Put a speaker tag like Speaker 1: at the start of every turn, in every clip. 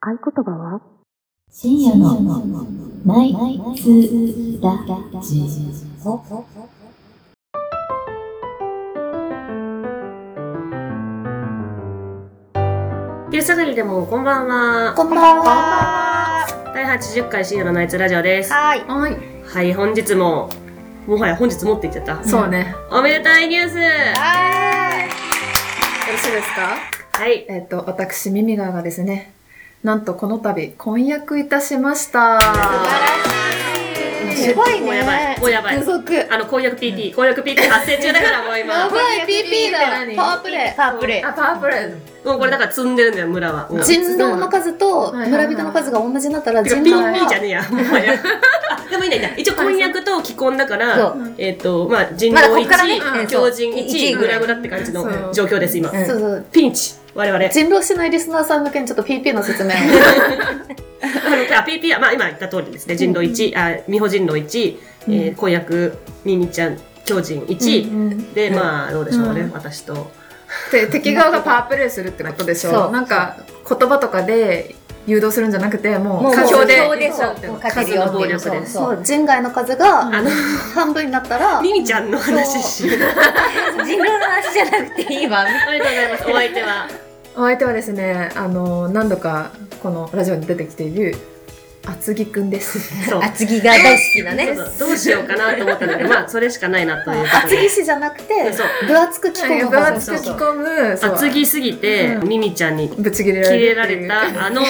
Speaker 1: 合言葉は
Speaker 2: 深夜のナイツラジオ。
Speaker 3: 昼下がりでもこんばんは。
Speaker 4: こんばんは。
Speaker 3: 第80回深夜のナイツラジオです。
Speaker 4: はい。
Speaker 5: はい。
Speaker 3: はい、本日も、もはや本日持っていっちゃった。
Speaker 5: そうね。
Speaker 3: おめでたいニュースは
Speaker 4: は
Speaker 5: よろしいですか
Speaker 3: い。
Speaker 5: えっ、と、私、ミミガーがですね、なんとこの度、婚約いたしました。
Speaker 4: ーい。すごいね。
Speaker 3: もうやばい。もうやばい。
Speaker 4: 続々。
Speaker 3: あの、婚約 PP、婚約 PP 発生中だからもう今
Speaker 5: や。ばい PP だ
Speaker 4: パワープレイ。パワープレ
Speaker 5: あ、パワープレイ
Speaker 3: もうこれだから積んでるんだよ、村は。うんて
Speaker 4: 人狼の数と村人の数が同じになったら
Speaker 3: か、
Speaker 4: 人
Speaker 3: PP
Speaker 4: 狼
Speaker 3: じ
Speaker 4: は
Speaker 3: ゃねえや。もはや。あでもいいんだいいんだ。一応婚約と既婚だか
Speaker 4: そ
Speaker 3: ら
Speaker 4: う、
Speaker 3: えっと、まあ、人
Speaker 4: まだこ
Speaker 3: 狼
Speaker 4: っからね
Speaker 3: 1、
Speaker 4: うん
Speaker 3: 狂人1、
Speaker 4: そう
Speaker 3: グラグラって感じ
Speaker 5: そ
Speaker 3: の
Speaker 5: う
Speaker 3: 状況です、今。
Speaker 4: うん
Speaker 5: そうそう。
Speaker 3: ピンチ。我々。
Speaker 5: 人狼しないリスナーさん向けにちょっと PP の説明を。
Speaker 3: あの、あ PP は、まあ、今言った通りですね。人狼1、あ、美穂人狼1、えー、婚約、ミミちゃん、狂人1、で、まあ、どうでしょうね、
Speaker 5: うん
Speaker 3: 私と。
Speaker 5: で、敵側がパワープレイするってことでし
Speaker 4: そ
Speaker 5: ょ。
Speaker 4: う
Speaker 5: なんか、言葉とかで誘導するんじゃなくて、も
Speaker 4: も
Speaker 5: う、
Speaker 4: う
Speaker 5: 過
Speaker 4: 票
Speaker 5: 剰
Speaker 4: で
Speaker 5: で。
Speaker 4: そうもう勝てるよっていう
Speaker 3: 数の暴力です
Speaker 4: そう人外の数が
Speaker 3: あの、
Speaker 4: 半分になったら
Speaker 3: ミミちゃんの話しよう。
Speaker 4: 人狼の話じゃなくていいわ。
Speaker 3: ありがとうございます。お相手は、
Speaker 5: お相手はですね、あの、何度か、このラジオに出てきている、厚木くんです。
Speaker 3: そう。
Speaker 4: 厚木が大好きなね
Speaker 3: そうそうどうしようかなと思ったんだけど、まあ、それしかないなということ
Speaker 4: 厚
Speaker 3: で
Speaker 4: 木。市じゃなくて
Speaker 3: そう
Speaker 4: 分厚く着込む
Speaker 5: 分
Speaker 4: 方
Speaker 5: 厚く着
Speaker 4: そう
Speaker 5: 込む、そう
Speaker 3: 厚着すぎて、
Speaker 5: うん
Speaker 3: ミミちゃんに
Speaker 5: ぶち切れら
Speaker 3: 切
Speaker 5: れ
Speaker 3: れ
Speaker 5: る
Speaker 3: ら
Speaker 5: ってい
Speaker 3: れ
Speaker 5: う
Speaker 3: た、あの、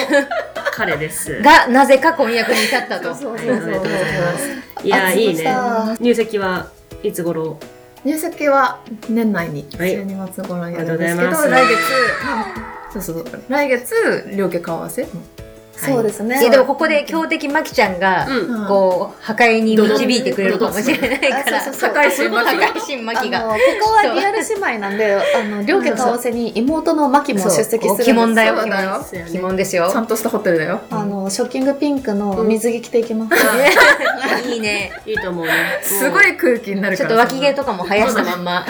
Speaker 3: 彼です。
Speaker 4: がなぜか婚約に至ったと
Speaker 5: そうそう
Speaker 3: あ
Speaker 5: そ
Speaker 3: り
Speaker 5: うそう
Speaker 3: がとうございます。いや、いい
Speaker 4: 厚木
Speaker 3: ね。
Speaker 4: さ
Speaker 3: 入籍はいつ頃
Speaker 5: 入籍は年内に
Speaker 3: はい
Speaker 5: 12月頃にやるんです
Speaker 3: あ
Speaker 5: け
Speaker 3: りが
Speaker 5: ど、
Speaker 3: とうござい
Speaker 5: 来月そうそうそう来月両家顔合わせ、
Speaker 4: そうですね
Speaker 6: いやでもここで強敵マキちゃんが、
Speaker 3: うん。
Speaker 5: うん
Speaker 6: こう破壊に導いてくれるかもしれないから
Speaker 4: あそうそうそう
Speaker 5: 社会
Speaker 6: 破
Speaker 5: 心
Speaker 3: そう
Speaker 6: 壊神マ
Speaker 4: あ
Speaker 6: キ
Speaker 4: の
Speaker 6: が
Speaker 4: ここはリアル姉妹なんで、あの両家顔合わせに妹のマキも出席するんです
Speaker 6: 鬼門だよ
Speaker 5: そう
Speaker 6: 鬼
Speaker 5: だよ
Speaker 6: 門鬼門ですよ
Speaker 5: ちゃんとしたホテルだよ
Speaker 4: あのショッキングピンクの水着着ていきます。
Speaker 6: いいね
Speaker 3: いいと思うね。
Speaker 5: すごい空気になる
Speaker 6: ち
Speaker 5: か
Speaker 6: ょっ
Speaker 5: ら
Speaker 6: と脇毛
Speaker 5: と
Speaker 6: とかも生やしたまんま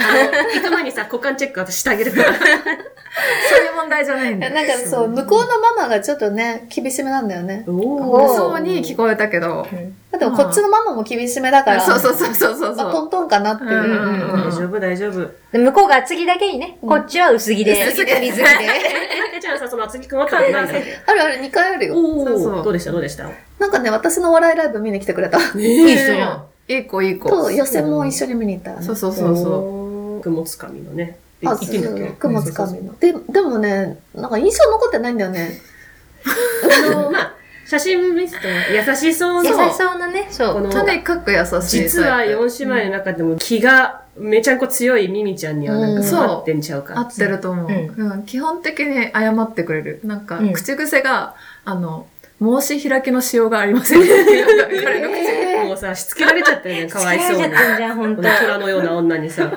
Speaker 3: 行く前にさ、股間チェック私してあげるから。
Speaker 5: そういう問題じゃないんだよ
Speaker 4: なんかそう向こうのママがちょっとね厳しめなんだよね。
Speaker 3: お
Speaker 4: おー
Speaker 5: そうに聞こえたけど
Speaker 4: だってこっちのママも厳しめだから、
Speaker 5: そうそうそうそうそう
Speaker 4: まあ、ト
Speaker 5: そう
Speaker 4: ントンかなって
Speaker 5: う
Speaker 4: い
Speaker 5: んう
Speaker 4: う。
Speaker 5: んう
Speaker 3: 大丈
Speaker 5: ん
Speaker 3: 夫、大丈夫。
Speaker 6: で向こうが厚着だけにねこっちは薄着で
Speaker 5: 薄着で
Speaker 6: 水着で
Speaker 3: えちゃんさ、その厚木くんは変わったんだ
Speaker 4: あるある2回あるよ。
Speaker 3: おお
Speaker 5: そうそう
Speaker 3: どうでした、どうでした。
Speaker 4: なんかね私のお笑いライブ見に来てくれた。
Speaker 6: いい人やん
Speaker 5: いい子いい子
Speaker 4: と予選も一緒に見に行った。
Speaker 5: そうそうそうそう
Speaker 3: う。雲つかみのね。い
Speaker 4: あ、
Speaker 3: 行
Speaker 4: そ
Speaker 3: っ
Speaker 4: う
Speaker 3: てみたっけ
Speaker 4: 雲つかみの。で、でもね、なんか印象残ってないんだよね。
Speaker 3: あの、まあ、写真見せてもらって優しそう
Speaker 6: 優し
Speaker 3: な。
Speaker 6: そうなねそ
Speaker 3: こ
Speaker 6: う
Speaker 3: の
Speaker 5: とにかく優しい
Speaker 3: 実は四姉妹の中でも気がめちゃんこ強いミミちゃんにはなんか
Speaker 5: うん
Speaker 3: 合ってんちゃう
Speaker 5: 合
Speaker 3: か。
Speaker 5: ってると思う、うん基本的に謝ってくれるなんか、
Speaker 6: うん
Speaker 5: 口癖があの申し開きのしようがありませんって いうのが彼の口癖
Speaker 3: もうさ、しつけられちゃってるね、かわいそう
Speaker 6: 疲
Speaker 3: に
Speaker 6: れ。ちゃってんじゃん本
Speaker 3: こ
Speaker 6: 当
Speaker 3: の虎のような女にさ。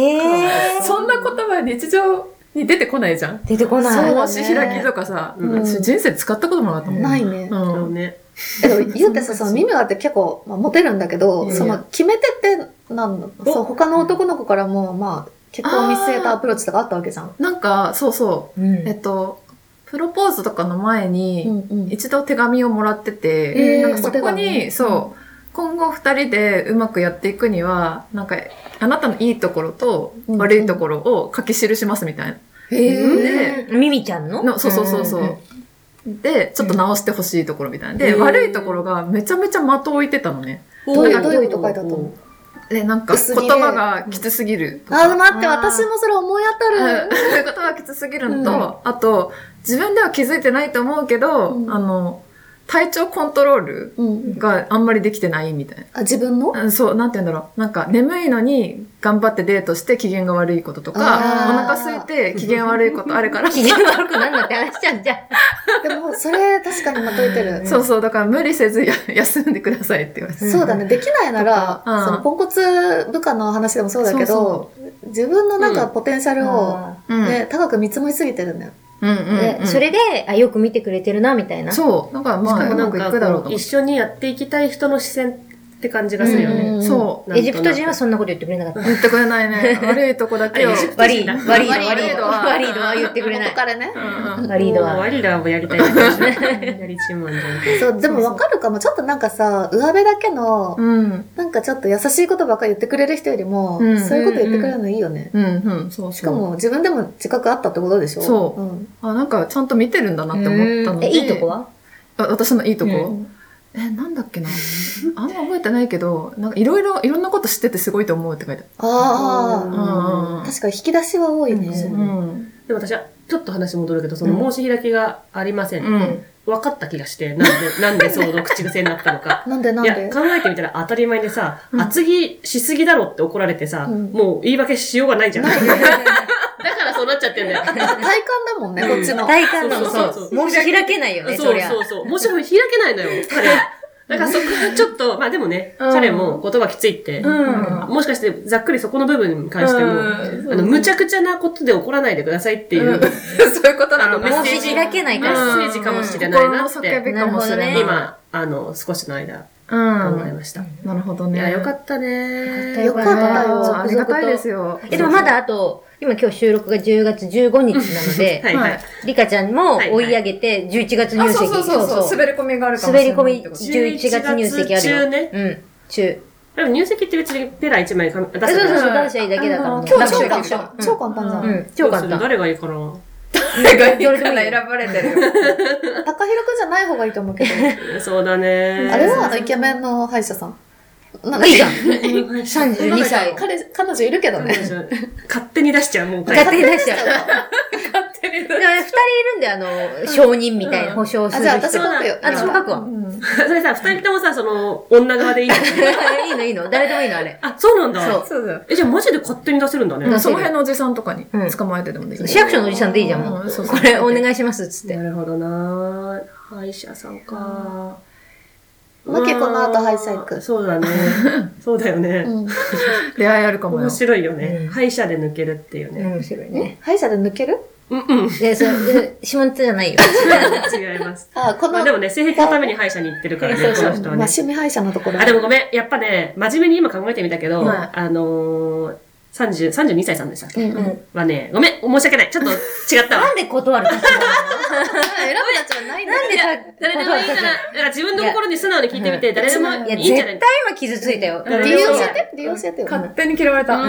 Speaker 6: え
Speaker 5: そんな言葉日常に出てこないじゃん
Speaker 6: ー出てこない
Speaker 4: そうだね
Speaker 5: 申し開きとかさ、
Speaker 3: うん
Speaker 5: 私人生使ったこともなかったもん、
Speaker 4: ないね。
Speaker 3: あ
Speaker 5: う
Speaker 3: の
Speaker 5: ん、
Speaker 3: ね。
Speaker 4: えでも言うてさ、そのミミガって結構、まあ、モテるんだけど、
Speaker 5: いやいや
Speaker 4: その決め手ってなんだ
Speaker 3: お
Speaker 4: そう、他の男の子からも、まあ、結婚を見据えたアプローチとかあったわけじゃん。
Speaker 5: なんかそうそううえ
Speaker 6: ん
Speaker 5: っとプロポーズとかの前
Speaker 4: う
Speaker 5: に
Speaker 4: んうん。
Speaker 5: 一度手紙をもらってて、
Speaker 4: えー
Speaker 5: なんかそこ
Speaker 4: お手
Speaker 5: に、
Speaker 4: 紙
Speaker 5: そう今後二人でうまくやっていくにはなんかあなたのいいところと悪いところを書き記しますみたいな、で
Speaker 6: うんミミちゃんの
Speaker 5: のそうそうそうそう。で、ちょっと直してほしいところみたいな。で、
Speaker 3: うん
Speaker 5: 悪いところがめちゃめちゃ的を置いてたのね。
Speaker 4: どういう、
Speaker 5: なんか
Speaker 4: どういうと書いてあったの
Speaker 5: で、なんか
Speaker 4: 薄着で
Speaker 5: 言葉がきつすぎるとか。
Speaker 4: あ、待って、
Speaker 6: あー
Speaker 4: 私もそれ思い当た
Speaker 5: うん
Speaker 4: る。
Speaker 5: 言葉がきつすぎるのと、あと、自分では気づいてないと思うけど、
Speaker 4: うん
Speaker 5: あの、体調コントロール
Speaker 4: うん。
Speaker 5: があんまりできてないみたい
Speaker 4: あ、自分の
Speaker 5: な。うんそう、なんて言うんだろう。なんか、眠いのに頑張ってデートして機嫌が悪いこととか、お
Speaker 4: あー
Speaker 5: 腹空いて機嫌悪いことある から、
Speaker 6: 機嫌悪くなんだって話じゃんじゃん
Speaker 4: でも、それ確かにまとえてる。
Speaker 5: そうそう、だから無理せずや休んでくださいって言われて。
Speaker 4: そうだね。できないなら、
Speaker 5: うん
Speaker 4: そのポンコツ部下の話でもそうだけど、
Speaker 5: そ
Speaker 4: 自分のなんかポテンシャルを、
Speaker 5: うん
Speaker 4: ね、高く見積もりすぎてるんだよ。
Speaker 5: うんうんうん
Speaker 6: でそれであよく見てくれてるなみたいな
Speaker 5: そうなんかま
Speaker 3: し
Speaker 5: あ
Speaker 3: か
Speaker 5: う
Speaker 3: もな
Speaker 5: ま
Speaker 3: ん
Speaker 5: くいくだろうと
Speaker 3: かこう、
Speaker 5: 思っ
Speaker 3: 一緒にやっていきたい人の視線って感じがするよね。
Speaker 6: うん
Speaker 5: そう。
Speaker 3: なんとなく
Speaker 6: エジプト人はそんなこと言ってくれなかった。
Speaker 5: 言ってくれない ね。悪いとこだけを。
Speaker 3: あれエジプト
Speaker 6: 悪
Speaker 3: 人
Speaker 6: い、
Speaker 3: だ
Speaker 6: 悪いの、悪いの、
Speaker 5: 悪いのは
Speaker 6: 悪いのは言ってくれな
Speaker 4: 元
Speaker 6: い。
Speaker 4: からね。
Speaker 5: うんうん
Speaker 6: 悪い
Speaker 3: も
Speaker 6: の
Speaker 3: う
Speaker 6: は。
Speaker 3: ワリラをやりたいな感じ。やりちまんじゃん。
Speaker 4: そう、でもわかるかも。ちょっとなんかさ、上辺だけの、
Speaker 5: うん。
Speaker 4: なんかちょっと優しいことばっかり言ってくれる人よりも、
Speaker 5: うん
Speaker 4: そういうこと言ってくれるのいいよね。
Speaker 5: うん。うん。そうそう。
Speaker 4: しかも自分でも自覚あったってことでしょ。
Speaker 5: そうあ、なんかちゃんと見てるんだなって思ったので。
Speaker 6: え、いいとこは
Speaker 5: あ私のいいとこ、
Speaker 6: うん
Speaker 5: え、なんだっけな。あんま覚えてないけど、なんかいろいろ、いろんなこと知っててすごいと思うって書いて
Speaker 4: あ
Speaker 5: あ
Speaker 4: あ、
Speaker 5: る。
Speaker 4: 確かに引き出しは多いね。
Speaker 3: う
Speaker 5: うん。うん。
Speaker 3: でも私は、ちょっと話戻るけど、その申し開きがありません。
Speaker 5: うん。
Speaker 3: 分かった気がして、なんで、なんでそうの口癖になったのか。
Speaker 4: なんでなん
Speaker 3: い
Speaker 4: で
Speaker 3: や、考えてみたら当たり前でさ、
Speaker 5: うん
Speaker 3: 厚着しすぎだろって怒られてさ、
Speaker 4: うん
Speaker 3: もう言い訳しようがないじゃん。だ
Speaker 4: ない
Speaker 3: か
Speaker 4: よね
Speaker 3: らそうなっちゃ ってんだよ。
Speaker 4: 体感だもんね、こっちの。
Speaker 6: 体感なの、
Speaker 3: そうそう
Speaker 6: そう。
Speaker 3: そ
Speaker 6: もう開けないよね、
Speaker 3: そ
Speaker 6: そうりゃ。
Speaker 3: そうそう。もちろん開けないのよ、彼は。だからそこはちょっと、まあでもね、
Speaker 5: うん
Speaker 3: 彼も言葉きついって、
Speaker 5: うん
Speaker 3: もしかしてざっくりそこの部分に関しても、
Speaker 5: うん
Speaker 3: あの、むちゃくちゃなことで怒らないでくださいっていう、
Speaker 5: うんそういうことなのか
Speaker 3: あ
Speaker 5: な
Speaker 6: も
Speaker 3: の
Speaker 6: う
Speaker 3: メッセージ
Speaker 6: 開けない
Speaker 3: メ
Speaker 6: か
Speaker 3: ッセ
Speaker 6: ら。
Speaker 3: ージかもしれない
Speaker 5: 心
Speaker 3: な
Speaker 5: の
Speaker 3: っ
Speaker 5: 叫
Speaker 3: て、
Speaker 5: びかもしれない。
Speaker 6: うん
Speaker 3: 今、あの、少しの間、
Speaker 5: う
Speaker 3: 考え
Speaker 5: ん。
Speaker 3: ました。
Speaker 5: なるほど
Speaker 3: い
Speaker 5: ね。
Speaker 3: や、よか
Speaker 5: っ
Speaker 3: ったね。
Speaker 4: よかった
Speaker 5: ね
Speaker 4: よ続々と
Speaker 5: ありがたいですよ。
Speaker 6: え、でもまだあと、今今日収録が10月15日なので、
Speaker 3: はいはい。
Speaker 6: リカちゃんも追い上げて11月入
Speaker 5: あ、
Speaker 6: 籍。
Speaker 5: そうそうそうそう。滑り込みがあるかもし
Speaker 6: 滑
Speaker 5: れ
Speaker 6: り
Speaker 5: な
Speaker 6: 込
Speaker 5: いっ
Speaker 6: み
Speaker 5: てこと。
Speaker 6: 11月入籍あるよ。
Speaker 3: 11月中ね
Speaker 6: うん。中。
Speaker 3: でも入籍って別にペラ1枚か出せば
Speaker 6: えそうそうそう、
Speaker 5: はい
Speaker 6: 男子はいいだけだから。
Speaker 5: あの
Speaker 4: 今日
Speaker 5: 楽
Speaker 4: 超
Speaker 5: 勝
Speaker 4: 簡
Speaker 5: でしょ
Speaker 4: 単。超簡単じゃ。
Speaker 6: うんん、超簡
Speaker 3: どうする
Speaker 6: 単。
Speaker 3: 誰がいいかな
Speaker 5: 誰がいいから選ばれてるよ。
Speaker 4: 高広くんじゃない方がいいと思うけど。
Speaker 3: そうだね。
Speaker 4: あれ はあのイケメンの歯医者さん。なんか
Speaker 6: いいじゃん。32歳。
Speaker 4: 彼、彼女いるけどね。
Speaker 3: 勝手に出しちゃう、もう。
Speaker 6: 勝手に出しちゃう。
Speaker 5: 勝手に
Speaker 6: だから二人いるんで、あの、承認みたいな保証す
Speaker 4: あ、
Speaker 6: る
Speaker 4: じゃあ
Speaker 6: 人。
Speaker 4: 私書くよ。
Speaker 6: あ私も書くわ。
Speaker 5: うん
Speaker 3: それさ、二人ともさ、その、女側でいいの
Speaker 6: いいのいいの。誰でもいいの、あれ。
Speaker 3: あ、そうなん
Speaker 6: そ
Speaker 3: だ。
Speaker 6: う。
Speaker 5: そうだよ。
Speaker 3: え、じゃあマジで勝手に出せるんだ
Speaker 5: う
Speaker 3: ね
Speaker 5: ん。その辺のおじさんとかに
Speaker 6: うん
Speaker 5: 捕まえてでもできる。
Speaker 6: 市役所のおじさんでいいじゃん、も
Speaker 5: うんそう
Speaker 6: う。
Speaker 5: そ
Speaker 6: こ
Speaker 5: う
Speaker 6: れお願いします、つって。
Speaker 3: なるほどな歯医者さんか。
Speaker 4: マキこの後歯医者行く
Speaker 3: そうだね。そうだよね。
Speaker 4: うん
Speaker 5: 出会いあるかもよ
Speaker 3: 面。白いよ
Speaker 6: う
Speaker 3: ね。
Speaker 6: ん
Speaker 3: 歯医者で抜けるっていうね。
Speaker 6: 面白いね。
Speaker 4: 歯医者で抜ける
Speaker 3: うんうん。
Speaker 6: で、それ、下ネタじゃないよ。
Speaker 3: 違 います。
Speaker 4: あ、こ
Speaker 3: ま
Speaker 4: の
Speaker 3: あ、でもね、性癖のために歯医者に行ってるからね、この人
Speaker 4: まあ、
Speaker 3: はね。
Speaker 4: 趣味歯医者のところ。
Speaker 3: あ、でもごめん。やっぱね、真面目に今考えてみたけど、
Speaker 5: はい
Speaker 3: あのー、30、32歳さんでしたっけ、
Speaker 4: うんうん。選ぶ
Speaker 3: はね、ごめん、申し訳ない。ちょっと違ったわ
Speaker 6: な。んで断る立場なの
Speaker 4: やつはないんだ
Speaker 6: なんで
Speaker 3: 誰でもい いから、だから自分の心に素直に聞いてみて、誰でもい
Speaker 6: いや、
Speaker 3: いんじゃ
Speaker 6: 絶
Speaker 3: な
Speaker 6: 対
Speaker 3: い
Speaker 6: 今傷ついたよ。
Speaker 3: うん
Speaker 4: 理由教えて理由教えてよ。
Speaker 5: 勝手に嫌われた。
Speaker 3: うー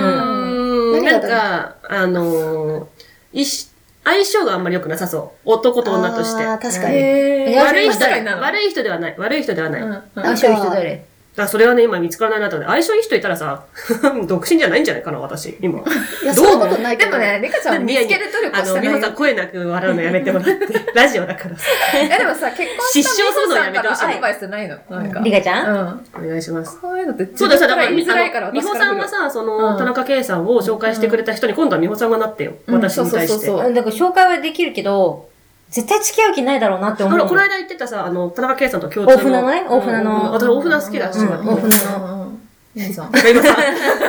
Speaker 3: ん、
Speaker 4: 何が
Speaker 3: なん
Speaker 4: だろう
Speaker 3: か、あのー、いし、相性があんまり良くなさそう。男と女として。
Speaker 4: あー確かに。
Speaker 5: へ
Speaker 6: ー
Speaker 3: 悪い人、
Speaker 6: 確か
Speaker 5: になの
Speaker 3: 悪い人ではない。悪い人ではない。だか
Speaker 5: う
Speaker 6: 相性いい人誰
Speaker 3: らそれはね、今見つからないなと思って。相性いい人いたらさ、 独身じゃないんじゃないかな、私、 今。
Speaker 4: いや、そんなことない
Speaker 5: ん。で
Speaker 4: けど。
Speaker 5: もね、リカちゃんは見つける努力
Speaker 3: あ
Speaker 5: をし
Speaker 3: の、
Speaker 5: て
Speaker 3: 美
Speaker 5: な
Speaker 3: 穂
Speaker 5: い
Speaker 3: さん
Speaker 5: よ。
Speaker 3: 声なく笑うのやめても らって。ラジオだからさ。
Speaker 5: え、でもさ、結婚した
Speaker 3: 失笑するのやめてほ
Speaker 5: 美穂
Speaker 3: しい
Speaker 5: さんからアドバイスないのなんか。
Speaker 6: リカちゃん
Speaker 5: うん。
Speaker 3: お願いします。
Speaker 5: こういうのって自
Speaker 3: そうだ、
Speaker 5: 分
Speaker 3: そ
Speaker 5: か
Speaker 3: うだ、
Speaker 5: ら言いづらい
Speaker 3: 美
Speaker 5: から、
Speaker 3: 穂さんが
Speaker 5: さ、
Speaker 3: さ、その、
Speaker 5: うん
Speaker 3: 田中圭さんを紹介してくれた人に、今度は美穂さんがなってよ。
Speaker 5: うん
Speaker 3: 私に対
Speaker 5: そう
Speaker 3: し
Speaker 5: そうそう
Speaker 3: て。
Speaker 5: そう
Speaker 6: うんだから紹介はできるけど、絶対付き合う気ないだろうなって
Speaker 3: あ
Speaker 6: 思う
Speaker 3: の、
Speaker 6: の。
Speaker 3: この間言ってたさ、あの、田中圭さんと共通の。
Speaker 6: 大船のね大船の
Speaker 3: うん私、大船好きだし。
Speaker 6: うん
Speaker 3: なん
Speaker 6: 大船
Speaker 3: か
Speaker 5: の。ねえさん。
Speaker 3: 今さ、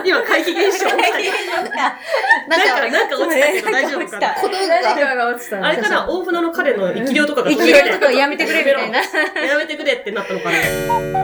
Speaker 3: 今、怪奇現象起きたけど。
Speaker 4: なん
Speaker 3: な
Speaker 4: か
Speaker 3: んか、なんか落ちたけど大丈夫かな。
Speaker 4: 小道具
Speaker 5: 誰
Speaker 4: が。
Speaker 5: かが落ちた
Speaker 3: あれかな、大船の彼の生き量とかが
Speaker 6: 生
Speaker 3: 消
Speaker 6: き
Speaker 3: えて。
Speaker 6: るとかやめてくれみたいな。
Speaker 3: やめてくれってなったのかな。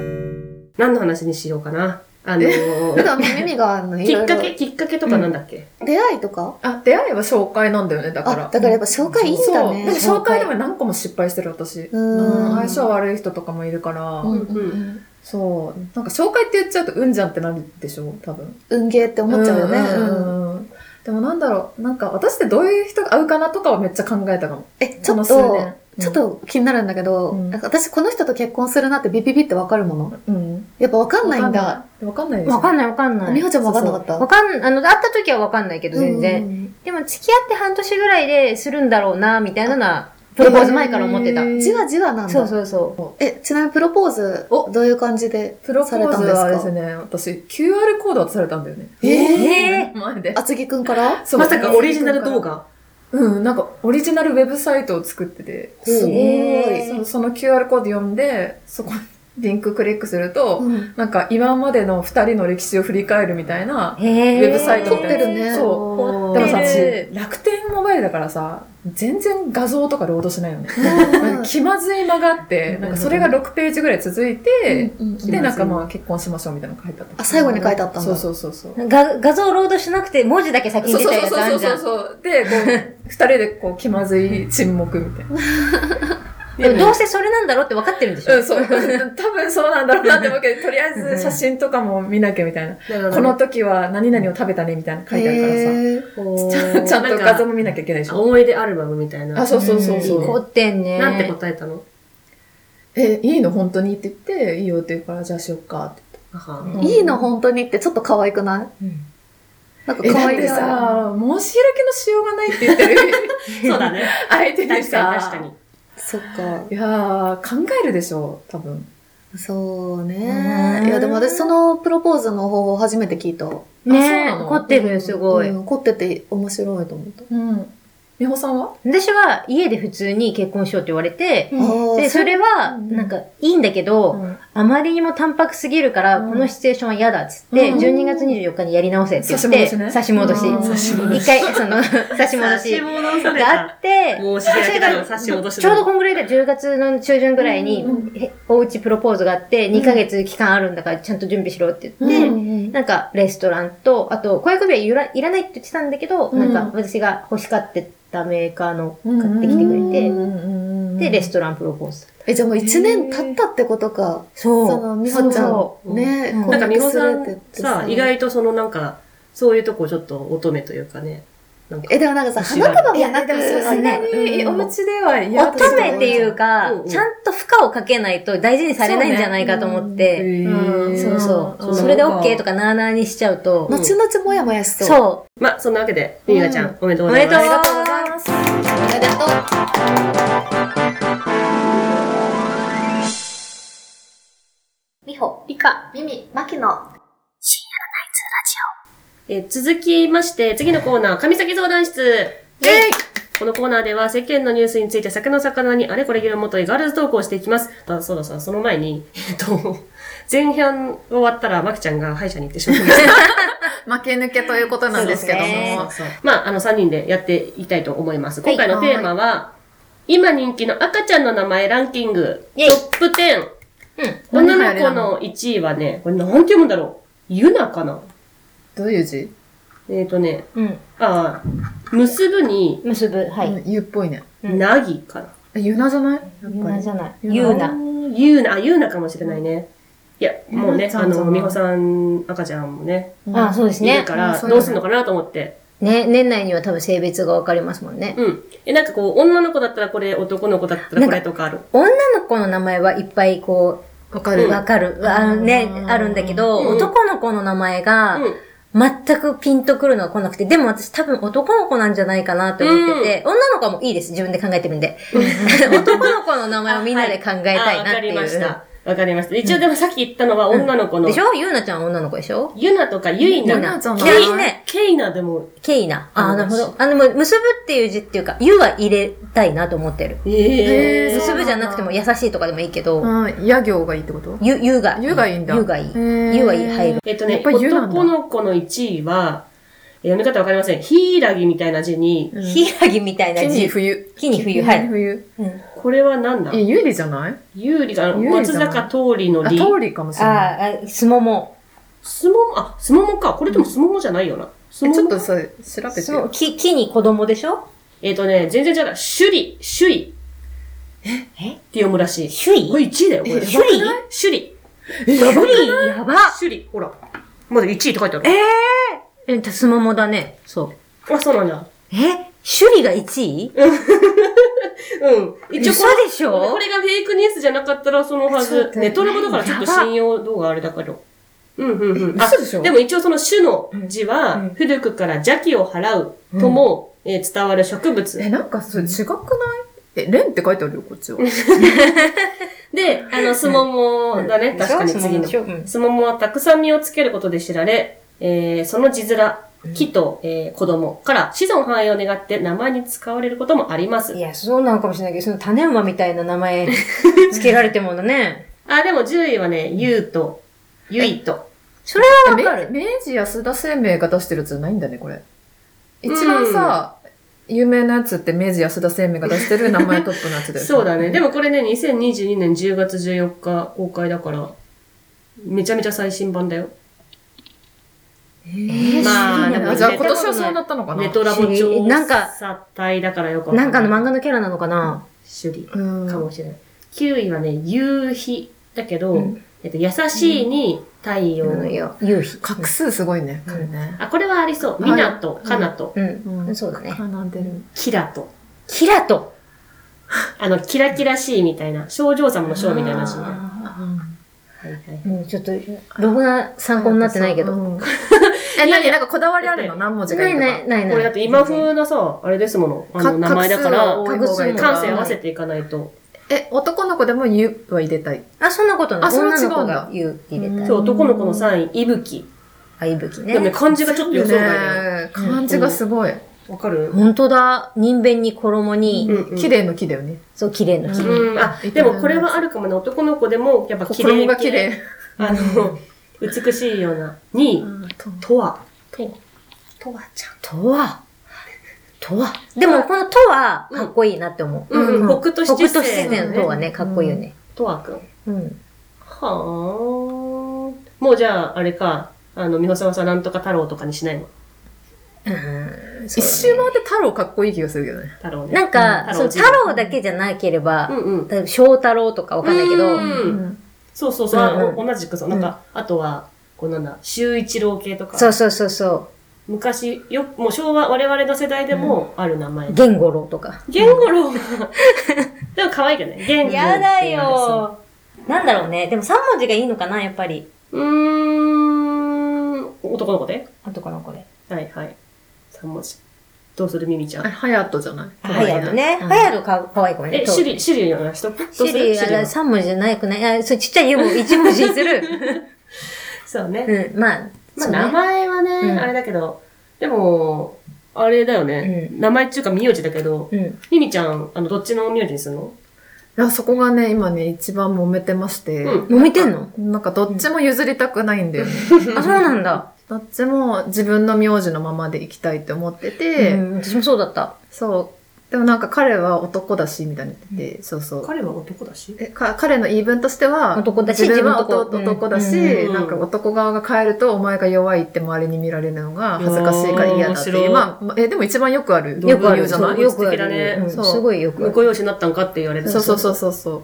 Speaker 3: 何の話にしようかな。あの
Speaker 4: 普
Speaker 3: ー、
Speaker 4: 段耳があるの、い
Speaker 3: き
Speaker 4: ろ
Speaker 3: っ
Speaker 4: い
Speaker 3: か
Speaker 4: ろ。
Speaker 3: け、きっかけとかなんだっけ
Speaker 4: 出会いとか
Speaker 5: あ、出会えば紹介なんだよね、だ
Speaker 4: あ
Speaker 5: か、ら。
Speaker 4: だからやっぱ紹介いいんだね。
Speaker 5: そう。でも紹介でも何個も失敗してる私。
Speaker 4: うん
Speaker 5: うん相性悪い人とかもいるから、
Speaker 4: うん
Speaker 3: う
Speaker 4: うん
Speaker 3: ん。
Speaker 5: そう。なんか紹介って言っちゃうと、うんじゃんってなるでしょ、多分。
Speaker 4: 運ゲーって思っちゃうよね。
Speaker 5: ん
Speaker 4: うん
Speaker 5: んうんでもなんだろう、なんか私ってどういう人が合うかなとかはめっちゃ考えたかも。
Speaker 4: え、ちょ
Speaker 5: こ
Speaker 4: っ
Speaker 5: の数
Speaker 4: と
Speaker 5: 年、
Speaker 4: ちょっ、と気になるんだけど、
Speaker 5: うん
Speaker 4: なんか私この人と結婚するなってビビビってわかるもの。
Speaker 5: うん。うん
Speaker 4: やっぱわかんないんだ。。
Speaker 5: わかんないでしょ。
Speaker 6: わかんないわかんな
Speaker 4: 美
Speaker 6: い
Speaker 4: 穂。ちゃんもわかんなかった
Speaker 6: わかん、あの、会った時はわかんないけど、全然。
Speaker 4: 然。
Speaker 6: でも、付き合って半年ぐらいでするんだろうな、みたいなのは、プロポーズ前から思ってた
Speaker 5: へ。ー
Speaker 4: じわじわなんだ。
Speaker 6: そうそうそう。
Speaker 4: え、ちなみにプロポーズ、
Speaker 5: お
Speaker 4: どういう感じで
Speaker 5: プロポ
Speaker 4: され
Speaker 5: ー
Speaker 4: たん
Speaker 5: ズ
Speaker 4: です
Speaker 5: はです
Speaker 4: か
Speaker 5: ね、私、QR コード渡されたんだよね。
Speaker 6: え
Speaker 5: 前で。
Speaker 4: 厚木くんから
Speaker 5: そう
Speaker 3: まさかオリジナル動画。
Speaker 5: うん、なんかオリジナルウェブサイトを作ってて、
Speaker 4: すごい。
Speaker 6: えー
Speaker 5: そのその QR コード読んで、そこリンククリックすると、なんか今までの二人の歴史を振り返るみたいな、
Speaker 6: へー
Speaker 5: ウェブサイトみたいな
Speaker 4: 撮ってるね
Speaker 5: そう。
Speaker 6: 凝
Speaker 5: でも
Speaker 6: って
Speaker 5: さ、
Speaker 6: る
Speaker 5: 私楽天モバイルだからさ、全然画像とかロードしないよね。なんか気まずい間があって、なんかそれが6ページぐらい続いて、で、なんかまあ結婚しましょうみたいなのが書いてあった。
Speaker 4: あ最後に書いてあったん
Speaker 5: そ
Speaker 4: だ
Speaker 5: うそうそうそう。
Speaker 6: 画画像ロードしなくて文字だけ先に
Speaker 5: そう
Speaker 6: 出
Speaker 5: そう
Speaker 6: たや
Speaker 5: そ
Speaker 6: つある
Speaker 5: う
Speaker 6: じゃ。
Speaker 5: そうんそう。で、こう、二人でこう気まずい沈黙みたいな。
Speaker 6: でもどうせそれなんだろうって分かってるんでしょ
Speaker 5: うん、 そう。多分そうなんだろうなって思うけど、とりあえず写真とかも見なきゃみたいな。この時は何々を食べたねみたいなの書いてあるからさ。
Speaker 4: へー
Speaker 3: こう
Speaker 5: ちゃんちゃんと画像も見なきゃいけないでしょ。
Speaker 3: 思い出アルバムみたいな。
Speaker 5: あ、そうそうそうそう。
Speaker 6: 凝ってんね。
Speaker 3: なんて答えたの
Speaker 5: え、いいの本当にって言って、いいよって言うから、じゃあしよっかって。
Speaker 3: 母
Speaker 4: いいの本当にってちょっと可愛くない
Speaker 6: うん
Speaker 4: なんか
Speaker 5: え、
Speaker 4: 可
Speaker 5: だっ
Speaker 4: 愛
Speaker 5: て
Speaker 4: いさ。
Speaker 5: さ、申し開きのしようがないって言ってる
Speaker 3: そうだね。
Speaker 5: 相手に
Speaker 3: 確
Speaker 5: さ
Speaker 3: かに、確かに。
Speaker 4: そっか。
Speaker 5: いやー、考えるでしょ、多分。
Speaker 4: そう
Speaker 6: うん
Speaker 4: ね。いや、でも私そのプロポーズの方法初めて聞いた。
Speaker 6: ね
Speaker 5: あそうなの
Speaker 6: 凝ってるよ、すごい。
Speaker 4: うん凝ってて面白いと思った。
Speaker 5: うん。美穂さんは
Speaker 6: 私は家で普通に結婚しようって言われて、
Speaker 4: あー
Speaker 6: で、それは、
Speaker 5: うん
Speaker 6: なんか、いいんだけど、あまりにも淡白すぎるから、
Speaker 5: うん
Speaker 6: このシチュエーションは嫌だっつって、
Speaker 5: うん
Speaker 6: 12月24日にやり直せって言って、
Speaker 5: 差し戻しねうん
Speaker 6: 差し戻し
Speaker 4: 差し戻
Speaker 6: 一回、その、差し戻し
Speaker 3: 戻され
Speaker 6: があ
Speaker 3: た。
Speaker 6: って、
Speaker 3: 申し訳ない差し戻し
Speaker 6: ちょうどこんぐらいで10月の中旬ぐらいに、えおうちプロポーズがあって、2ヶ月期間あるんだからちゃんと準備しろって言って、なんかレストランと、あと、小屋首はいらいらないって言ってたんだけど、
Speaker 5: うん
Speaker 6: なんか私が欲しかってたメーカーの買ってきてくれて、で、レストランプロポーズ。
Speaker 4: え、じゃあもう一年経ったってことか。
Speaker 6: そ
Speaker 4: その、美穂ちゃ
Speaker 6: そうそ
Speaker 4: ん。
Speaker 3: う
Speaker 4: ね、
Speaker 6: うん
Speaker 3: なんか美
Speaker 4: 婚約す
Speaker 3: 穂さ
Speaker 4: るって言
Speaker 3: ん
Speaker 4: って
Speaker 3: さ、意外とそのなんか、そういうとこちょっと乙女というかね。なんか
Speaker 4: え、でもなんかさ、
Speaker 3: 知ら
Speaker 4: 花
Speaker 3: ん
Speaker 4: 束もなく、
Speaker 5: でもさすがに、お家では嫌
Speaker 6: 乙女っていうか、
Speaker 3: うんうん
Speaker 6: ちゃんと負荷をかけないと大事にされないんじゃないかと思って、
Speaker 3: うん
Speaker 6: そうそう、
Speaker 3: うん
Speaker 6: それで OK と
Speaker 5: か。
Speaker 6: かなーなーにしちゃうと、
Speaker 3: うん
Speaker 4: 後々もやもやしそう。
Speaker 6: そ
Speaker 3: まあ、そんなわけで、みゆなちゃ、
Speaker 6: うん
Speaker 3: おめでとうございます。
Speaker 6: おめでとう
Speaker 5: ありがとうございます。
Speaker 4: ありがとう。
Speaker 6: う。みほ、りか。
Speaker 4: ミミ、マキの。
Speaker 3: えー続きまして、次のコーナー、神崎相談室。このコーナーでは世間のニュースについて酒の魚にあれこれ議論もといガールズトークをしていきます。あ、そうだそうだ、その前に、えっと、前半が終わったら、まきちゃんが歯医者に行ってしまいました。
Speaker 5: 負け抜けということなんですけど
Speaker 6: そうですね
Speaker 5: も。
Speaker 3: まあ、あの、3人でやっていきたいと思います。今回のテーマは、今人気の赤ちゃんの名前ランキング、
Speaker 6: イェイ
Speaker 3: トップ10。
Speaker 6: う
Speaker 3: 女の子の1位はね、これなんて読むんだろうユナかな
Speaker 5: どういう字
Speaker 3: えっ、とね、
Speaker 6: ん。うん。
Speaker 3: ああ、結ぶに、
Speaker 6: 結ぶ。はい。
Speaker 5: うんゆっぽいね。
Speaker 6: うん
Speaker 3: なぎかな。
Speaker 5: えゆなじゃないやっ
Speaker 6: ゆう
Speaker 5: ぱ
Speaker 6: な
Speaker 5: り
Speaker 6: じゃない。ゆうな。
Speaker 3: ゆうな、あ、ゆうなかもしれないね。いや、もう
Speaker 5: ゆ
Speaker 3: ね
Speaker 5: う、なち
Speaker 3: あ
Speaker 5: ゃん
Speaker 3: の、
Speaker 5: かな
Speaker 3: 美穂さん、赤ちゃんもね、
Speaker 5: うん
Speaker 6: あ、そうです
Speaker 3: いる
Speaker 6: ね
Speaker 3: か。
Speaker 5: うん
Speaker 3: ら、
Speaker 5: そうだね
Speaker 3: どうするのかなと思って。
Speaker 6: ね、年内には多分性別がわかりますもんね。
Speaker 3: うん。え、なんかこう、女の子だったらこれ、男の子だったらこれとかある。
Speaker 6: 女の子の名前はいっぱいこ
Speaker 5: わか
Speaker 6: う、
Speaker 5: る。
Speaker 6: わかる。あのね、あるんだけど、
Speaker 3: うん
Speaker 6: 男の子の名前が、
Speaker 3: うん。
Speaker 6: 全くピンとくるのは来なくて、でも私多分男の子なんじゃないかなと思ってて、女の子はもういいです。自分で考えてるんで。 男の子の名前をみんなで考えたいなってい
Speaker 3: あわかりまし
Speaker 6: う。
Speaker 3: た。わかりました。一応でもさっき言ったのは
Speaker 6: うん
Speaker 3: 女の子の、
Speaker 6: でしょゆうなちゃんは女の子でしょ
Speaker 3: ゆなとかゆい
Speaker 5: ゆ
Speaker 3: な、
Speaker 5: なちゃん
Speaker 6: 嫌い
Speaker 5: の名前
Speaker 6: ね。
Speaker 3: けいなでも、
Speaker 6: ケイナ。あ
Speaker 3: う
Speaker 6: あ、
Speaker 3: ん
Speaker 6: なるほど。あの、もう結ぶっていう字っていうか、ゆは入れたいなと思ってる。
Speaker 3: え
Speaker 5: へー
Speaker 3: え
Speaker 5: そうな
Speaker 6: 結
Speaker 5: んだ
Speaker 6: ぶじゃなくても優しいとかでもいいけど、
Speaker 5: うん、や行がいいってこと
Speaker 6: ゆ、ゆが。
Speaker 5: ゆがいいんだ。
Speaker 6: ゆがいい。
Speaker 5: へー
Speaker 6: ゆはい入る。
Speaker 3: えっと
Speaker 5: や
Speaker 3: ね
Speaker 5: っ、ぱりゆなんだ
Speaker 3: 男の子の1位は、え読み方わかりません。ひいらぎみたいな字に、
Speaker 5: うん
Speaker 6: ひらぎみたいな
Speaker 5: 木に
Speaker 6: 字。
Speaker 5: 冬。
Speaker 6: 木に冬。は
Speaker 5: 木に
Speaker 6: い。
Speaker 5: 冬。
Speaker 6: うん
Speaker 3: これは何だ
Speaker 5: え、ゆりじゃない
Speaker 3: 有利かな
Speaker 5: 有利
Speaker 3: 松
Speaker 5: じゃない
Speaker 3: 坂桃李の
Speaker 5: あ、
Speaker 3: 利。
Speaker 5: 通りかもしれない。
Speaker 6: ああ、すもも。
Speaker 3: すもも、あ、すももか。これでもすももじゃないよな。す
Speaker 5: え
Speaker 3: も
Speaker 5: ちょっ
Speaker 3: も
Speaker 5: とさ、調べて
Speaker 6: す
Speaker 5: よ
Speaker 6: も。木、木に子供でしょ
Speaker 3: えっとね、全然違う。首里、首里。
Speaker 6: え
Speaker 3: って読むらしい。
Speaker 6: シュイ
Speaker 3: これ1位だよ、これ。
Speaker 6: え首里
Speaker 3: 首里。
Speaker 5: え
Speaker 6: シュイやば
Speaker 3: 首里。ほら。まだ1位って書いてある。
Speaker 6: え、たすももだね。そう。
Speaker 3: あ、そうなんだ。
Speaker 6: えシュリが1位
Speaker 3: うん。一応こ
Speaker 6: 嘘
Speaker 3: れ、
Speaker 6: でしょ
Speaker 3: これがフェイクニュースじゃなかったらそのは
Speaker 5: そうだ
Speaker 3: ず
Speaker 5: よ。ね
Speaker 3: ネトラボだからちょっと信用度があれだけど。うんうんうん。あ
Speaker 5: 嘘でしょ
Speaker 3: でも一応その種の字は、
Speaker 6: うん
Speaker 3: 古くから邪気を払うとも、えー伝わる植物。
Speaker 5: え、なんかそれ違くないえ、レンって書いてあるよ、こっちは。
Speaker 3: で、あの、スモモだね。確かに次の。スモモはたくさん実をつけることで知られ、えーその字面、木と、えー子供から子孫繁栄を願って名前に使われることもあります
Speaker 6: い。や、そうなのかもしれないけど、その種馬みたいな名前つけられてものね。
Speaker 3: あ、でも10位はね、ゆうと、ゆいと。
Speaker 6: それはわか
Speaker 5: め
Speaker 6: る。
Speaker 5: 明治安田生命が出してるやつじゃないんだね、これ。一番さ、有名なやつって明治安田生命が出してる名前トップのやつだよ
Speaker 3: そうだね。でもこれね、2022年10月14日公開だから、めちゃめちゃ最新版だよ。
Speaker 6: えー
Speaker 3: まあ
Speaker 6: 知ら
Speaker 3: で
Speaker 6: な
Speaker 3: も
Speaker 6: い
Speaker 5: じゃあ今年はそうなったのかな
Speaker 3: ネトラボ調査隊だからよくわ
Speaker 6: なんかの
Speaker 3: ない
Speaker 6: 漫画のキャラなのかな
Speaker 3: 種類
Speaker 6: うん。
Speaker 3: かもしれない。9位はね、夕日だけど、
Speaker 6: うん
Speaker 3: えっと、優しいに太陽。
Speaker 6: うんいや夕日。
Speaker 5: 画数すごいね、彼ね。
Speaker 3: あ、これはありそう。
Speaker 5: はい
Speaker 3: みなと、かなと、
Speaker 6: うん。そうだね。
Speaker 5: 学んでる。
Speaker 3: きらと。
Speaker 6: キラと。
Speaker 3: あの、キラキラしいみたいな、少女様の少みたいな字ね。は
Speaker 5: あ
Speaker 3: いはい。
Speaker 6: うん、ちょっと、ログが参考になってないけど。
Speaker 5: うん。え、何なんかこだわりあるの何文字が
Speaker 6: ないい
Speaker 5: いと
Speaker 6: な
Speaker 5: か。
Speaker 6: いないない。
Speaker 3: これだって今風なさ、あれですもの。あの、名前だから、
Speaker 5: 画数は多い方がいいとか
Speaker 3: 感性合わせていかないと。
Speaker 5: え、男の子でもゆは入れたい。
Speaker 6: あ、そんなことない。
Speaker 5: あそれは
Speaker 6: 女
Speaker 5: 違うん
Speaker 6: の
Speaker 5: だ
Speaker 6: 子が言う入れたい。
Speaker 3: そう、男の子の3位、いぶき。
Speaker 6: あ、いぶき
Speaker 3: でもね、
Speaker 6: ね。
Speaker 3: 漢字がちょっと予想外だよ。
Speaker 5: ね漢字がすごい。
Speaker 3: わかる
Speaker 6: 本当だ。人弁に衣に、
Speaker 3: うんうん
Speaker 5: 綺麗の木だよね。
Speaker 6: そう、綺麗な
Speaker 5: う
Speaker 6: 木。
Speaker 3: うん、あ、でもこれはあるかもね。男の子でも、やっぱ綺麗
Speaker 5: 衣が綺麗。
Speaker 3: あの、美しいような。にとわ。とわちゃん。
Speaker 6: とは。とは。でも、このとは、かっこいいなって思う。
Speaker 3: うん、北斗
Speaker 6: 北
Speaker 3: 七
Speaker 6: 斗七星
Speaker 3: 星
Speaker 6: のとはね、かっこいいよね。
Speaker 3: とわくん。は
Speaker 6: うん。
Speaker 3: あ。もうじゃあ、あれか。あの、美穂さんはさ、なんとか太郎とかにしないの
Speaker 6: うん
Speaker 5: 一周回って太郎かっこいい気がするけどね。
Speaker 3: 太郎ね。
Speaker 6: なんか、
Speaker 3: うん
Speaker 6: そう、太郎だけじゃなければ、
Speaker 3: うんうん。
Speaker 6: 例えば翔太郎とかわかんないけど、
Speaker 3: うんそうそうそう。
Speaker 6: うんう
Speaker 3: あ
Speaker 6: ん
Speaker 3: お同じくそう。なんか、あとは、こうなんだ、周一郎系とか。
Speaker 6: そうそうそうそ
Speaker 3: 昔、よ、もう昭和、我々の世代でもある名前
Speaker 6: う、。言語郎とか。
Speaker 3: ゲンゴロウが。 でも可愛いけどね。ゲンゴロウって
Speaker 6: やだ
Speaker 3: 言われそう。
Speaker 6: よ。なんだろうね。でも3文字がいいのかな、やっぱり。
Speaker 3: うーん、男の子で
Speaker 6: あとこのこれ。
Speaker 3: はいはい。3文字。どうするミミちゃ
Speaker 5: あれ、
Speaker 3: ん。
Speaker 5: ハヤトじゃない
Speaker 6: あはや
Speaker 3: 可愛いな
Speaker 6: とね。はやとかかわいいかもね。
Speaker 3: え、
Speaker 6: と
Speaker 3: シュリ、シュリの人どうす
Speaker 6: シ
Speaker 3: る
Speaker 6: ュリあれ
Speaker 3: は
Speaker 6: 3文字じゃないくないあ、そう、ちっちゃいも1文字にす る。
Speaker 3: そうね。
Speaker 6: うん、まあ。
Speaker 3: ま
Speaker 6: そ
Speaker 3: あ、
Speaker 6: うね
Speaker 3: 名前は
Speaker 6: う
Speaker 3: ね、
Speaker 6: ん
Speaker 3: あれだけど、でも、あれだよね。
Speaker 6: う
Speaker 3: 名前っていうか名字だけど、
Speaker 6: うん。
Speaker 3: ミミちゃん、あの、どっちの名字にするの
Speaker 5: いや、そこがね、今ね、一番揉めてまして、
Speaker 3: うん
Speaker 6: 揉めてんの
Speaker 5: なんかどっちも譲りたくないんだよね。
Speaker 6: あ、そうなんだ。
Speaker 5: どっちも自分の名字のままで行きたいって思ってて、
Speaker 6: うん、私もそうだった。
Speaker 5: そう。でもなんか彼は男だし、みたいに言ってて、そうそう。
Speaker 3: 彼は男だし。
Speaker 5: えか彼の言い分としては、
Speaker 6: 男だし
Speaker 5: 自分は
Speaker 6: 自分
Speaker 5: 男
Speaker 6: 男うん
Speaker 5: 男だし、
Speaker 3: うん
Speaker 5: なんか男側が変えるとお前が弱いって周りに見られるのが恥ずかしいから嫌だって
Speaker 3: うん
Speaker 5: い
Speaker 3: 面白
Speaker 5: う。
Speaker 3: い
Speaker 5: まあ、まあえ、でも一番よくある。
Speaker 3: よくある
Speaker 5: 言うじゃない
Speaker 3: よ
Speaker 6: よ
Speaker 3: く
Speaker 6: く
Speaker 3: あ
Speaker 6: あ
Speaker 3: る素敵だね
Speaker 6: る。うん
Speaker 5: そう
Speaker 6: すごいよくある
Speaker 3: 婿養子になったんかって言われる。
Speaker 5: そうそうそうそうそう。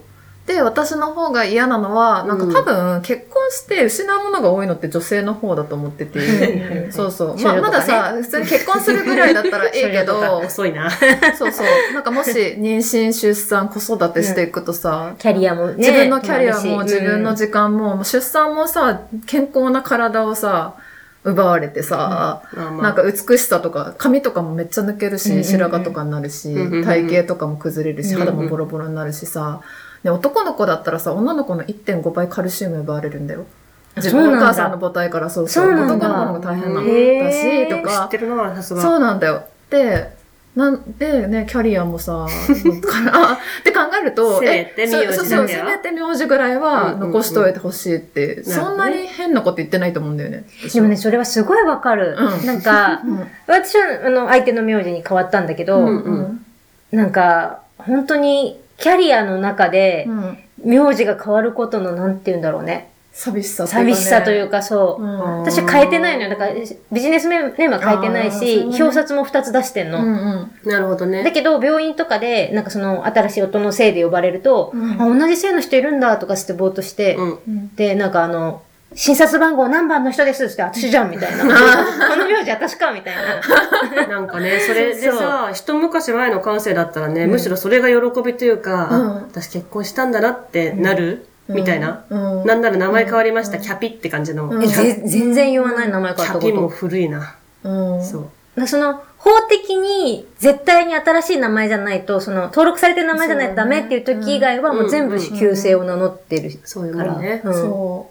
Speaker 5: で、私の方が嫌なのは、なんか多分、結婚して失うものが多いのって女性の方だと思ってて。
Speaker 6: うんうん
Speaker 5: そうそう。
Speaker 6: 少
Speaker 5: まあ、
Speaker 6: 女とかね
Speaker 5: まださ、普通に結婚するぐらいだったらええけ
Speaker 3: それとか
Speaker 5: ど、
Speaker 3: 遅いな。
Speaker 5: そうそう。なんかもし、妊娠、出産、子育てしていくとさ、
Speaker 6: キャリアもね。
Speaker 5: 自分のキャリア
Speaker 6: 止
Speaker 5: も
Speaker 6: まるし
Speaker 5: 自分の時間も、もう出産もさ、健康な体をさ、奪われてさ、
Speaker 3: まあまあ
Speaker 5: なんか美しさとか、髪とかもめっちゃ抜ける
Speaker 6: うんうんう
Speaker 5: し、
Speaker 6: ん
Speaker 5: 白髪とかになるし
Speaker 3: うんうんうん、
Speaker 5: 体型とかも崩れるし、
Speaker 3: うんうん
Speaker 5: 肌もボロボロになるしさ、ね、男の子だったらさ、女の子の1.5倍カルシウム奪われるんだよ。自
Speaker 6: そう
Speaker 5: 分の
Speaker 6: なん
Speaker 5: お
Speaker 6: だ
Speaker 5: 母さんの母体からそうそう。
Speaker 6: そう
Speaker 5: 男
Speaker 6: な
Speaker 5: の
Speaker 6: んだ
Speaker 5: 子の方が大変な
Speaker 3: うんん
Speaker 5: だし、
Speaker 6: へー
Speaker 5: と
Speaker 3: 知っ
Speaker 5: か、
Speaker 3: てるな、さすが。
Speaker 5: そうなんだよ。で、なんでね、キャリアも さ、から、って考えると、
Speaker 3: せめて名字なんだよ
Speaker 5: そうそうそう、せめて名字ぐらいは残しといてほしいって、
Speaker 3: うんうん
Speaker 5: そんなに変なこと言ってないと思うんだよね。
Speaker 6: でもね、それはすごいわかる。
Speaker 5: うん
Speaker 6: なんか、私は、あの、相手の名字に変わったんだけど、
Speaker 3: うん
Speaker 5: うん、
Speaker 6: なんか、本当に、キャリアの中で
Speaker 5: う、ん。
Speaker 6: 名字が変わることの、なんて言うんだろうね。
Speaker 5: 寂しさというか、ね。
Speaker 6: 寂しさという
Speaker 5: か。
Speaker 6: か、そう。
Speaker 5: ん。
Speaker 6: 私は変えてないのよ。だから、ビジネスネームは変えてない
Speaker 5: あーそ
Speaker 6: し、
Speaker 5: うね
Speaker 6: 表札も2つ出してん
Speaker 5: う
Speaker 6: の。
Speaker 5: んうん。
Speaker 3: なるほどね。
Speaker 6: だけど、病院とかで、なんかその、新しい音の姓で呼ばれると、
Speaker 5: うん
Speaker 6: あ同じ姓の人いるんだ、とかしてぼーっとして、
Speaker 3: うん。
Speaker 6: で、なんかあの、診察番号何番の人ですって、私じゃん、みたいな。 この名字私か、みたいな。
Speaker 3: なんかね、それでさ、一昔前の感性だったらね、
Speaker 5: うん
Speaker 3: むしろそれが喜びというか、
Speaker 5: うん
Speaker 3: あ私結婚したんだなってなる、みたいな。
Speaker 5: うん。
Speaker 3: なんなら名前変わりました、キャピって感じの。
Speaker 5: うん
Speaker 6: え
Speaker 3: キャ
Speaker 6: ぜ全然言わない
Speaker 3: キ
Speaker 6: 名前変わった
Speaker 3: ャ
Speaker 6: こ
Speaker 3: ピも
Speaker 6: と。
Speaker 3: 古いな。
Speaker 5: うん。
Speaker 3: そう。
Speaker 6: なんかその、法的に絶対に新しい名前じゃないと、その、登録されてる名前じゃないとダメっていう時以外は
Speaker 3: うん
Speaker 6: もう全部旧姓を名乗ってる
Speaker 3: そういう
Speaker 6: か
Speaker 3: も
Speaker 6: ら。
Speaker 3: んね。
Speaker 6: うん
Speaker 5: そう。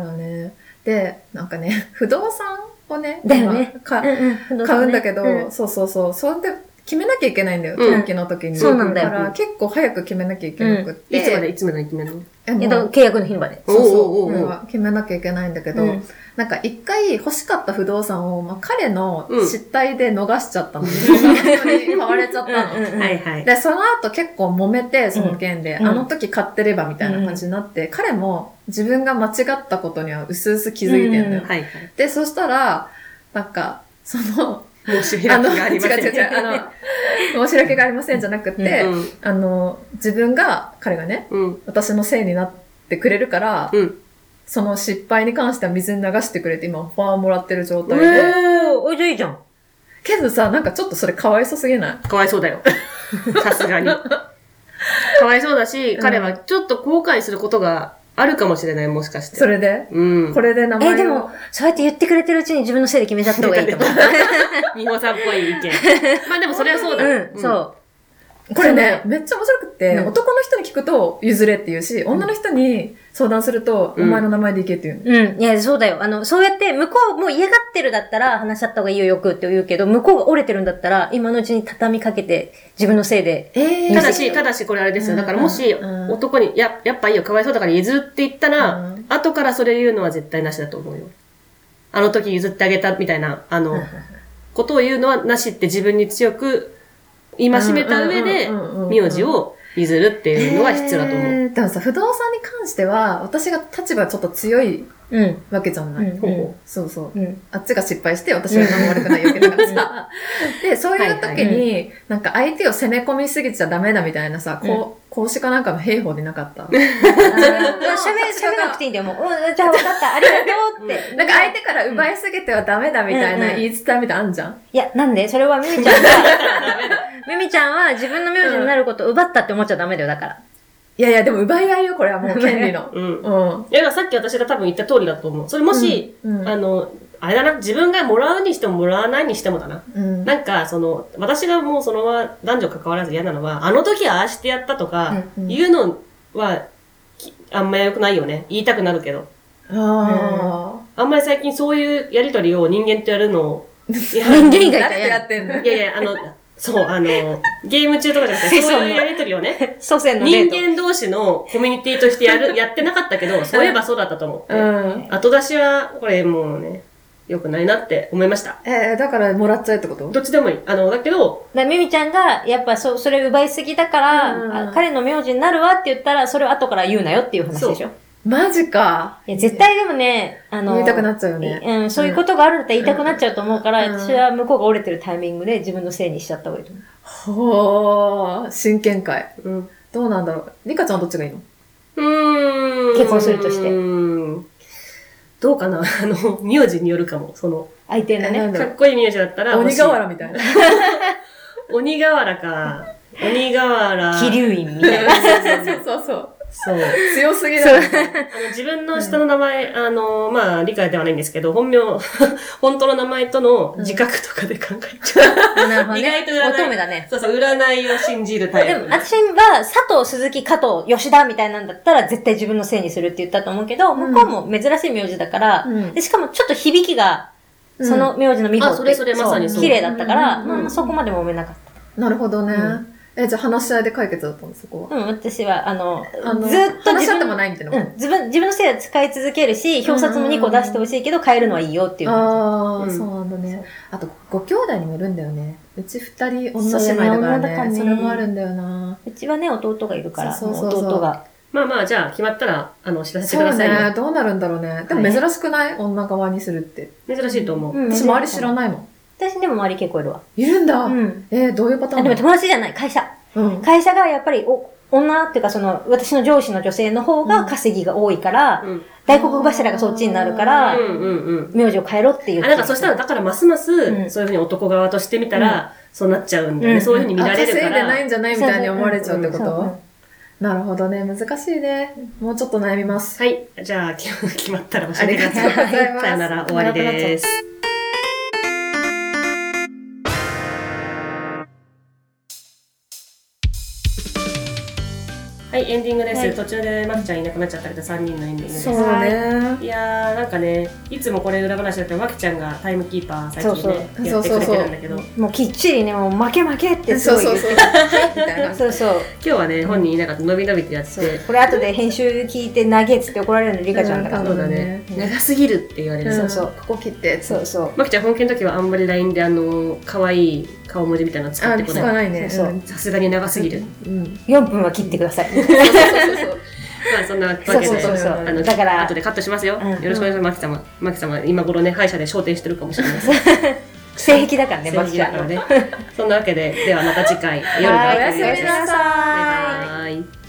Speaker 5: だからね。で、なんかね、不動産をね、
Speaker 6: だよね
Speaker 5: 今か
Speaker 6: うんうん
Speaker 5: 買うんだけど、
Speaker 6: うん
Speaker 5: そうそうそう。それで、決めなきゃいけないんだよ、
Speaker 3: うん
Speaker 5: 登記の時に。
Speaker 6: そうなんだよ
Speaker 5: から結構早く決めなきゃいけなくって。
Speaker 3: いつまでいつまでに決めるの
Speaker 5: えもう
Speaker 6: えっと、契約の日まで。
Speaker 5: そうそう。
Speaker 3: お
Speaker 5: こ
Speaker 3: うおうおう
Speaker 5: れは決めなきゃいけないんだけど、
Speaker 6: うん
Speaker 5: なんか一回欲しかった不動産を、まあ、彼の
Speaker 3: うん
Speaker 5: 失態で逃しちゃったの。本当に買われちゃったの。
Speaker 3: はいはい。
Speaker 5: で、その後結構揉めて、その件で、
Speaker 6: うん
Speaker 5: あの時買ってればみたいな感じになって、彼も自分が間違ったことには薄々気づいてんだよ。
Speaker 6: うん
Speaker 3: はいはい。
Speaker 5: で、そしたら、なんか、その、
Speaker 3: もう知り
Speaker 5: あ
Speaker 3: 合い
Speaker 5: の、
Speaker 3: があ
Speaker 5: 違う違
Speaker 3: り
Speaker 5: う
Speaker 3: ません。
Speaker 5: 違う、あの、申し訳がありませんじゃなくて、あの、自分が、彼がね、
Speaker 3: うん。うん。
Speaker 5: 私のせいになってくれるから、
Speaker 3: うん
Speaker 5: その失敗に関しては水に流してくれて、今、ファーもらってる状態で。
Speaker 6: おー、おじゃあいいじゃん。
Speaker 5: けどさ、なんかちょっとそれかわいそすぎない
Speaker 3: かわいそう だよ。さすがに。かわいそうだし、
Speaker 5: うん
Speaker 3: 彼はちょっと後悔することがあるかもしれない、もしかして。
Speaker 5: それで、
Speaker 3: うん
Speaker 5: こ。れで名前を。
Speaker 6: え、でも、そうやって言ってくれてるうちに自分のせいで決めちゃった方がいいと思う。
Speaker 3: 美穂さんっぽ い意見。まあでもそれはそうだ。
Speaker 6: うん、そう。
Speaker 5: これね、めっちゃ面白くって、
Speaker 6: うん
Speaker 5: 男の人に聞くと譲れって言うし、女の人に相談すると、
Speaker 3: うん
Speaker 5: お前の名前でいけって言うの。
Speaker 6: うん。いや、そうだよ。あの、そうやって、向こうもう嫌がってるだったら話し合った方がいいよ、よくって言うけど、向こうが折れてるんだったら、今のうちに畳みかけて、自分のせいで。
Speaker 5: え
Speaker 3: ただし、ただしこれあれですよ。だからもし
Speaker 5: うん
Speaker 3: 男に、や、やっぱいいよ、かわいそうだから譲って言った
Speaker 5: う
Speaker 3: ら
Speaker 5: ん、
Speaker 3: 後からそれ言うのは絶対なしだと思うよ。あの時譲ってあげたみたいな、あの、ことを言うのはなしって自分に強く戒めた上で
Speaker 5: うんうんうんうんう、ん
Speaker 3: 名字を譲るっていうのは必要だと思う。
Speaker 5: えーでもさ、不動産に関しては、私が立場ちょっと強い
Speaker 6: うん。
Speaker 5: わけじゃない。
Speaker 6: うんうん
Speaker 5: そうそう。
Speaker 6: うん。
Speaker 5: あっちが失敗して、私は何も悪くないわけだからさ。 で、そういう時に、
Speaker 6: はい
Speaker 5: なんか相手を攻め込みすぎちゃダメだみたいなさ、こう、講師かなんかの兵法でなかった。
Speaker 6: あー喋れ、喋らなくていいんだよ、もう。うん、じゃあ分かった、ありがとうって。
Speaker 5: なんか相手から奪いすぎてはダメだみたい
Speaker 6: うん
Speaker 5: な
Speaker 6: うん
Speaker 5: 言い伝えみたいなのあんじゃん。
Speaker 6: いや、なんでそれはミミちゃんが、 ミミちゃんは自分の名字になることを奪ったって思っちゃダメだよ、だから。
Speaker 5: いやいや、でも奪い合いよ、これは もう権利の。
Speaker 3: うん。
Speaker 5: うん。
Speaker 3: いや、さっき私が多分言った通りだと思う。それもし、
Speaker 5: うんうん
Speaker 3: あの、あれだな、自分がもらうにしてももらわないにしてもだな。
Speaker 5: うん。
Speaker 3: なんか、その、私がもうそのまま男女関わらず嫌なのは、あの時はああしてやったとか、
Speaker 5: うんうん
Speaker 3: 言うのは、きあんま良くないよね。言いたくなるけど。
Speaker 5: ああ。
Speaker 3: あんまり最近そういうやりとりを人間とやるのを、い や
Speaker 6: 人間以外と
Speaker 5: 誰と
Speaker 6: や
Speaker 5: や
Speaker 6: る。
Speaker 5: ってんの
Speaker 3: いやいや、あの、そう、あの、ゲーム中とかじゃな くて、そういうやりとりをね、
Speaker 6: 祖先のデ
Speaker 3: 人
Speaker 6: ー
Speaker 3: 間
Speaker 6: ト。
Speaker 3: 同士のコミュニティとしてや る、やってなかったけど、そういえばそうだったと思って。
Speaker 5: うん。
Speaker 3: 後出しは、これもうね、良くないなって思いました。
Speaker 5: えー、だからもらっちゃえってこと
Speaker 3: どっちでもいい。あの、だけど、
Speaker 6: だからミミちゃんが、やっぱそ、それ奪いすぎだから、
Speaker 5: うん
Speaker 6: あ彼の名字になるわって言ったら、それを後から言うなよっていう話でし
Speaker 3: そ
Speaker 6: ょ。
Speaker 5: マジか。
Speaker 6: いや、絶対でもね、あの、
Speaker 5: 言いたくなっちゃうよね
Speaker 6: うん、そういうことがあるんだったら言いたくなっちゃうと思うから、
Speaker 5: うん
Speaker 6: 私は向こうが折れてるタイミングで自分のせいにしちゃった方がいいと思う。
Speaker 5: ほー、真剣会。
Speaker 3: うん。
Speaker 5: どうなんだろう。リカちゃんどっちがいいの
Speaker 3: うーん。
Speaker 6: 結婚するとして
Speaker 3: うーん。どうかな あの、名字によるかも。その、
Speaker 6: 相手の
Speaker 5: え
Speaker 6: ね。
Speaker 5: なんだ
Speaker 3: か
Speaker 5: ろ
Speaker 3: っこいい名字だったら、
Speaker 5: う。鬼
Speaker 3: も
Speaker 5: 瓦みたいな。
Speaker 3: し鬼瓦か。鬼瓦。
Speaker 6: 気流院み たいな。
Speaker 5: そうそうそう。
Speaker 3: そう。
Speaker 5: 強すぎだよ。
Speaker 3: あの自分の下の名前、あの、まあ、理解ではないんですけど、本名、 本当の名前との自覚とかで考えちゃう。
Speaker 6: あなるほどね。
Speaker 3: 意外と占い
Speaker 6: 乙女だね。
Speaker 3: そうそう、占いを信じるタ
Speaker 6: で
Speaker 3: イプ
Speaker 6: も、。私は、佐藤、鈴木、加藤、吉田みたいなんだったら、絶対自分のせいにするって言ったと思うけど、
Speaker 5: ん
Speaker 6: 向こうも珍しい名字だから、
Speaker 5: うん
Speaker 6: でしかもちょっと響きが、
Speaker 5: うん
Speaker 6: その名字の美穂って、
Speaker 3: あそれそれまさにそう
Speaker 6: 綺麗だったから、
Speaker 5: うん
Speaker 6: まあまあ、そこまでも揉めなかった。
Speaker 5: なるほどね
Speaker 6: う。
Speaker 5: え、じゃあ話し合いで解決だったのそこは。
Speaker 6: うん、私は、あの、
Speaker 5: あの
Speaker 6: ずっと
Speaker 5: 話し合っ
Speaker 6: 自
Speaker 5: て
Speaker 6: 分
Speaker 5: もないみたいな
Speaker 6: う。ん、自分、自分のせいは使い続けるし、表札も2個出してほしいけど、変えるのはいいよっていう感
Speaker 5: ああ、
Speaker 3: うん
Speaker 5: そうなんだね。あと、ご兄弟にもいるんだよね。うち二人女
Speaker 6: そうだ
Speaker 5: 姉
Speaker 6: ね
Speaker 5: 妹だから
Speaker 6: 女だから
Speaker 5: ね。
Speaker 6: ね
Speaker 5: それもあるんだよな。
Speaker 6: じ。うちはね、弟がいるから、
Speaker 5: そうそうそう
Speaker 6: も
Speaker 5: そう
Speaker 6: う弟が。
Speaker 3: まあまあ、じゃあ、決まったら、あの、知らせて
Speaker 5: そ
Speaker 3: くだ
Speaker 5: う
Speaker 3: さい
Speaker 5: ね
Speaker 3: よ。。
Speaker 5: どうなるんだろうね。でも珍しくない女側にするって。
Speaker 3: 珍しいと思う。
Speaker 6: うん
Speaker 5: 私周り知らないもん。
Speaker 6: 私でも周り結構いるわ。
Speaker 5: いるんだ。
Speaker 6: うん。
Speaker 5: えー、どういうパターン
Speaker 6: あ、でも
Speaker 5: なの
Speaker 6: 友達じゃない、会社。
Speaker 5: うん。
Speaker 6: 会社がやっぱりお女っていうかその私の上司の女性の方が稼ぎが多いから、
Speaker 3: うん。
Speaker 6: 大黒柱がそっちになるから、
Speaker 3: うんうんうん。
Speaker 6: 名字を変えろって言っ
Speaker 3: あな
Speaker 6: て
Speaker 3: んかそしたら、だからますます、
Speaker 6: うん
Speaker 3: そういうふうに男側としてみたら、そうなっちゃうんだよね、
Speaker 6: うん
Speaker 3: そういうふうに見
Speaker 5: あ
Speaker 3: られ
Speaker 5: 稼い
Speaker 3: る
Speaker 5: で
Speaker 3: か
Speaker 5: な
Speaker 3: ら。
Speaker 5: いんじゃないみたいに思われちゃうってこ
Speaker 6: そうそう
Speaker 5: となるほどね。難しいね。もうちょっと悩みます。
Speaker 3: はい。じゃあ、決ま 決まったら教
Speaker 5: あ
Speaker 3: えて
Speaker 5: り
Speaker 3: く
Speaker 5: が
Speaker 3: だ
Speaker 5: とう
Speaker 3: さ
Speaker 5: ご
Speaker 3: い。
Speaker 5: ざいます。
Speaker 3: さよなら、終わりです。はい、エンディングです。
Speaker 6: はい
Speaker 3: 途中でまきちゃんいなくなっちゃったけど、3人のエンディングです。
Speaker 6: そう
Speaker 5: ね。
Speaker 3: いやー、なんかね、いつもこれ裏話だけど、まきちゃんがタイムキーパー最近ね、
Speaker 5: そうそう
Speaker 3: やってくれてるんだけど、
Speaker 6: もうきっちりね、もう負け負けってす
Speaker 5: そう
Speaker 6: ごい
Speaker 5: そうそう。
Speaker 6: 言って
Speaker 5: みたいな感じ
Speaker 6: そうそう。
Speaker 3: 今日はね、本人いなかった、のびのびとやって
Speaker 6: そうこれ後で編集聞いて投げっつって怒られるのリカちゃんだから。
Speaker 3: そうだね、長すぎるって言われる。
Speaker 6: そうそう。
Speaker 5: ここ切って。
Speaker 6: そうそう。
Speaker 3: まきちゃん、本気の時はあんまり LINE で、あの、可愛い顔文字みたいなの使っ
Speaker 5: あ、
Speaker 3: てこ
Speaker 5: 使わ
Speaker 3: ない。
Speaker 5: ないね。
Speaker 6: そう
Speaker 5: うん
Speaker 3: さすがに長すぎる。
Speaker 5: うん。
Speaker 6: 4分は切ってください。
Speaker 5: そうそうそう。
Speaker 3: まあ、そんなわけで。
Speaker 6: そうそうそうそう。
Speaker 3: あの
Speaker 6: だから
Speaker 3: 後、でカットしますよ。
Speaker 6: うん
Speaker 3: よろしくお願いします、マキ様。マキ様、今頃ね、歯医者で焦点してるかもしれないです。
Speaker 6: 性癖だからね、
Speaker 3: 正
Speaker 6: マ
Speaker 3: 直
Speaker 6: キち
Speaker 3: だ
Speaker 6: ゃん
Speaker 3: か
Speaker 6: の
Speaker 3: ら。ね。そんなわけで、ではまた次回、夜
Speaker 6: は
Speaker 3: が
Speaker 6: い
Speaker 5: おやすみなさい。
Speaker 3: バイバイ。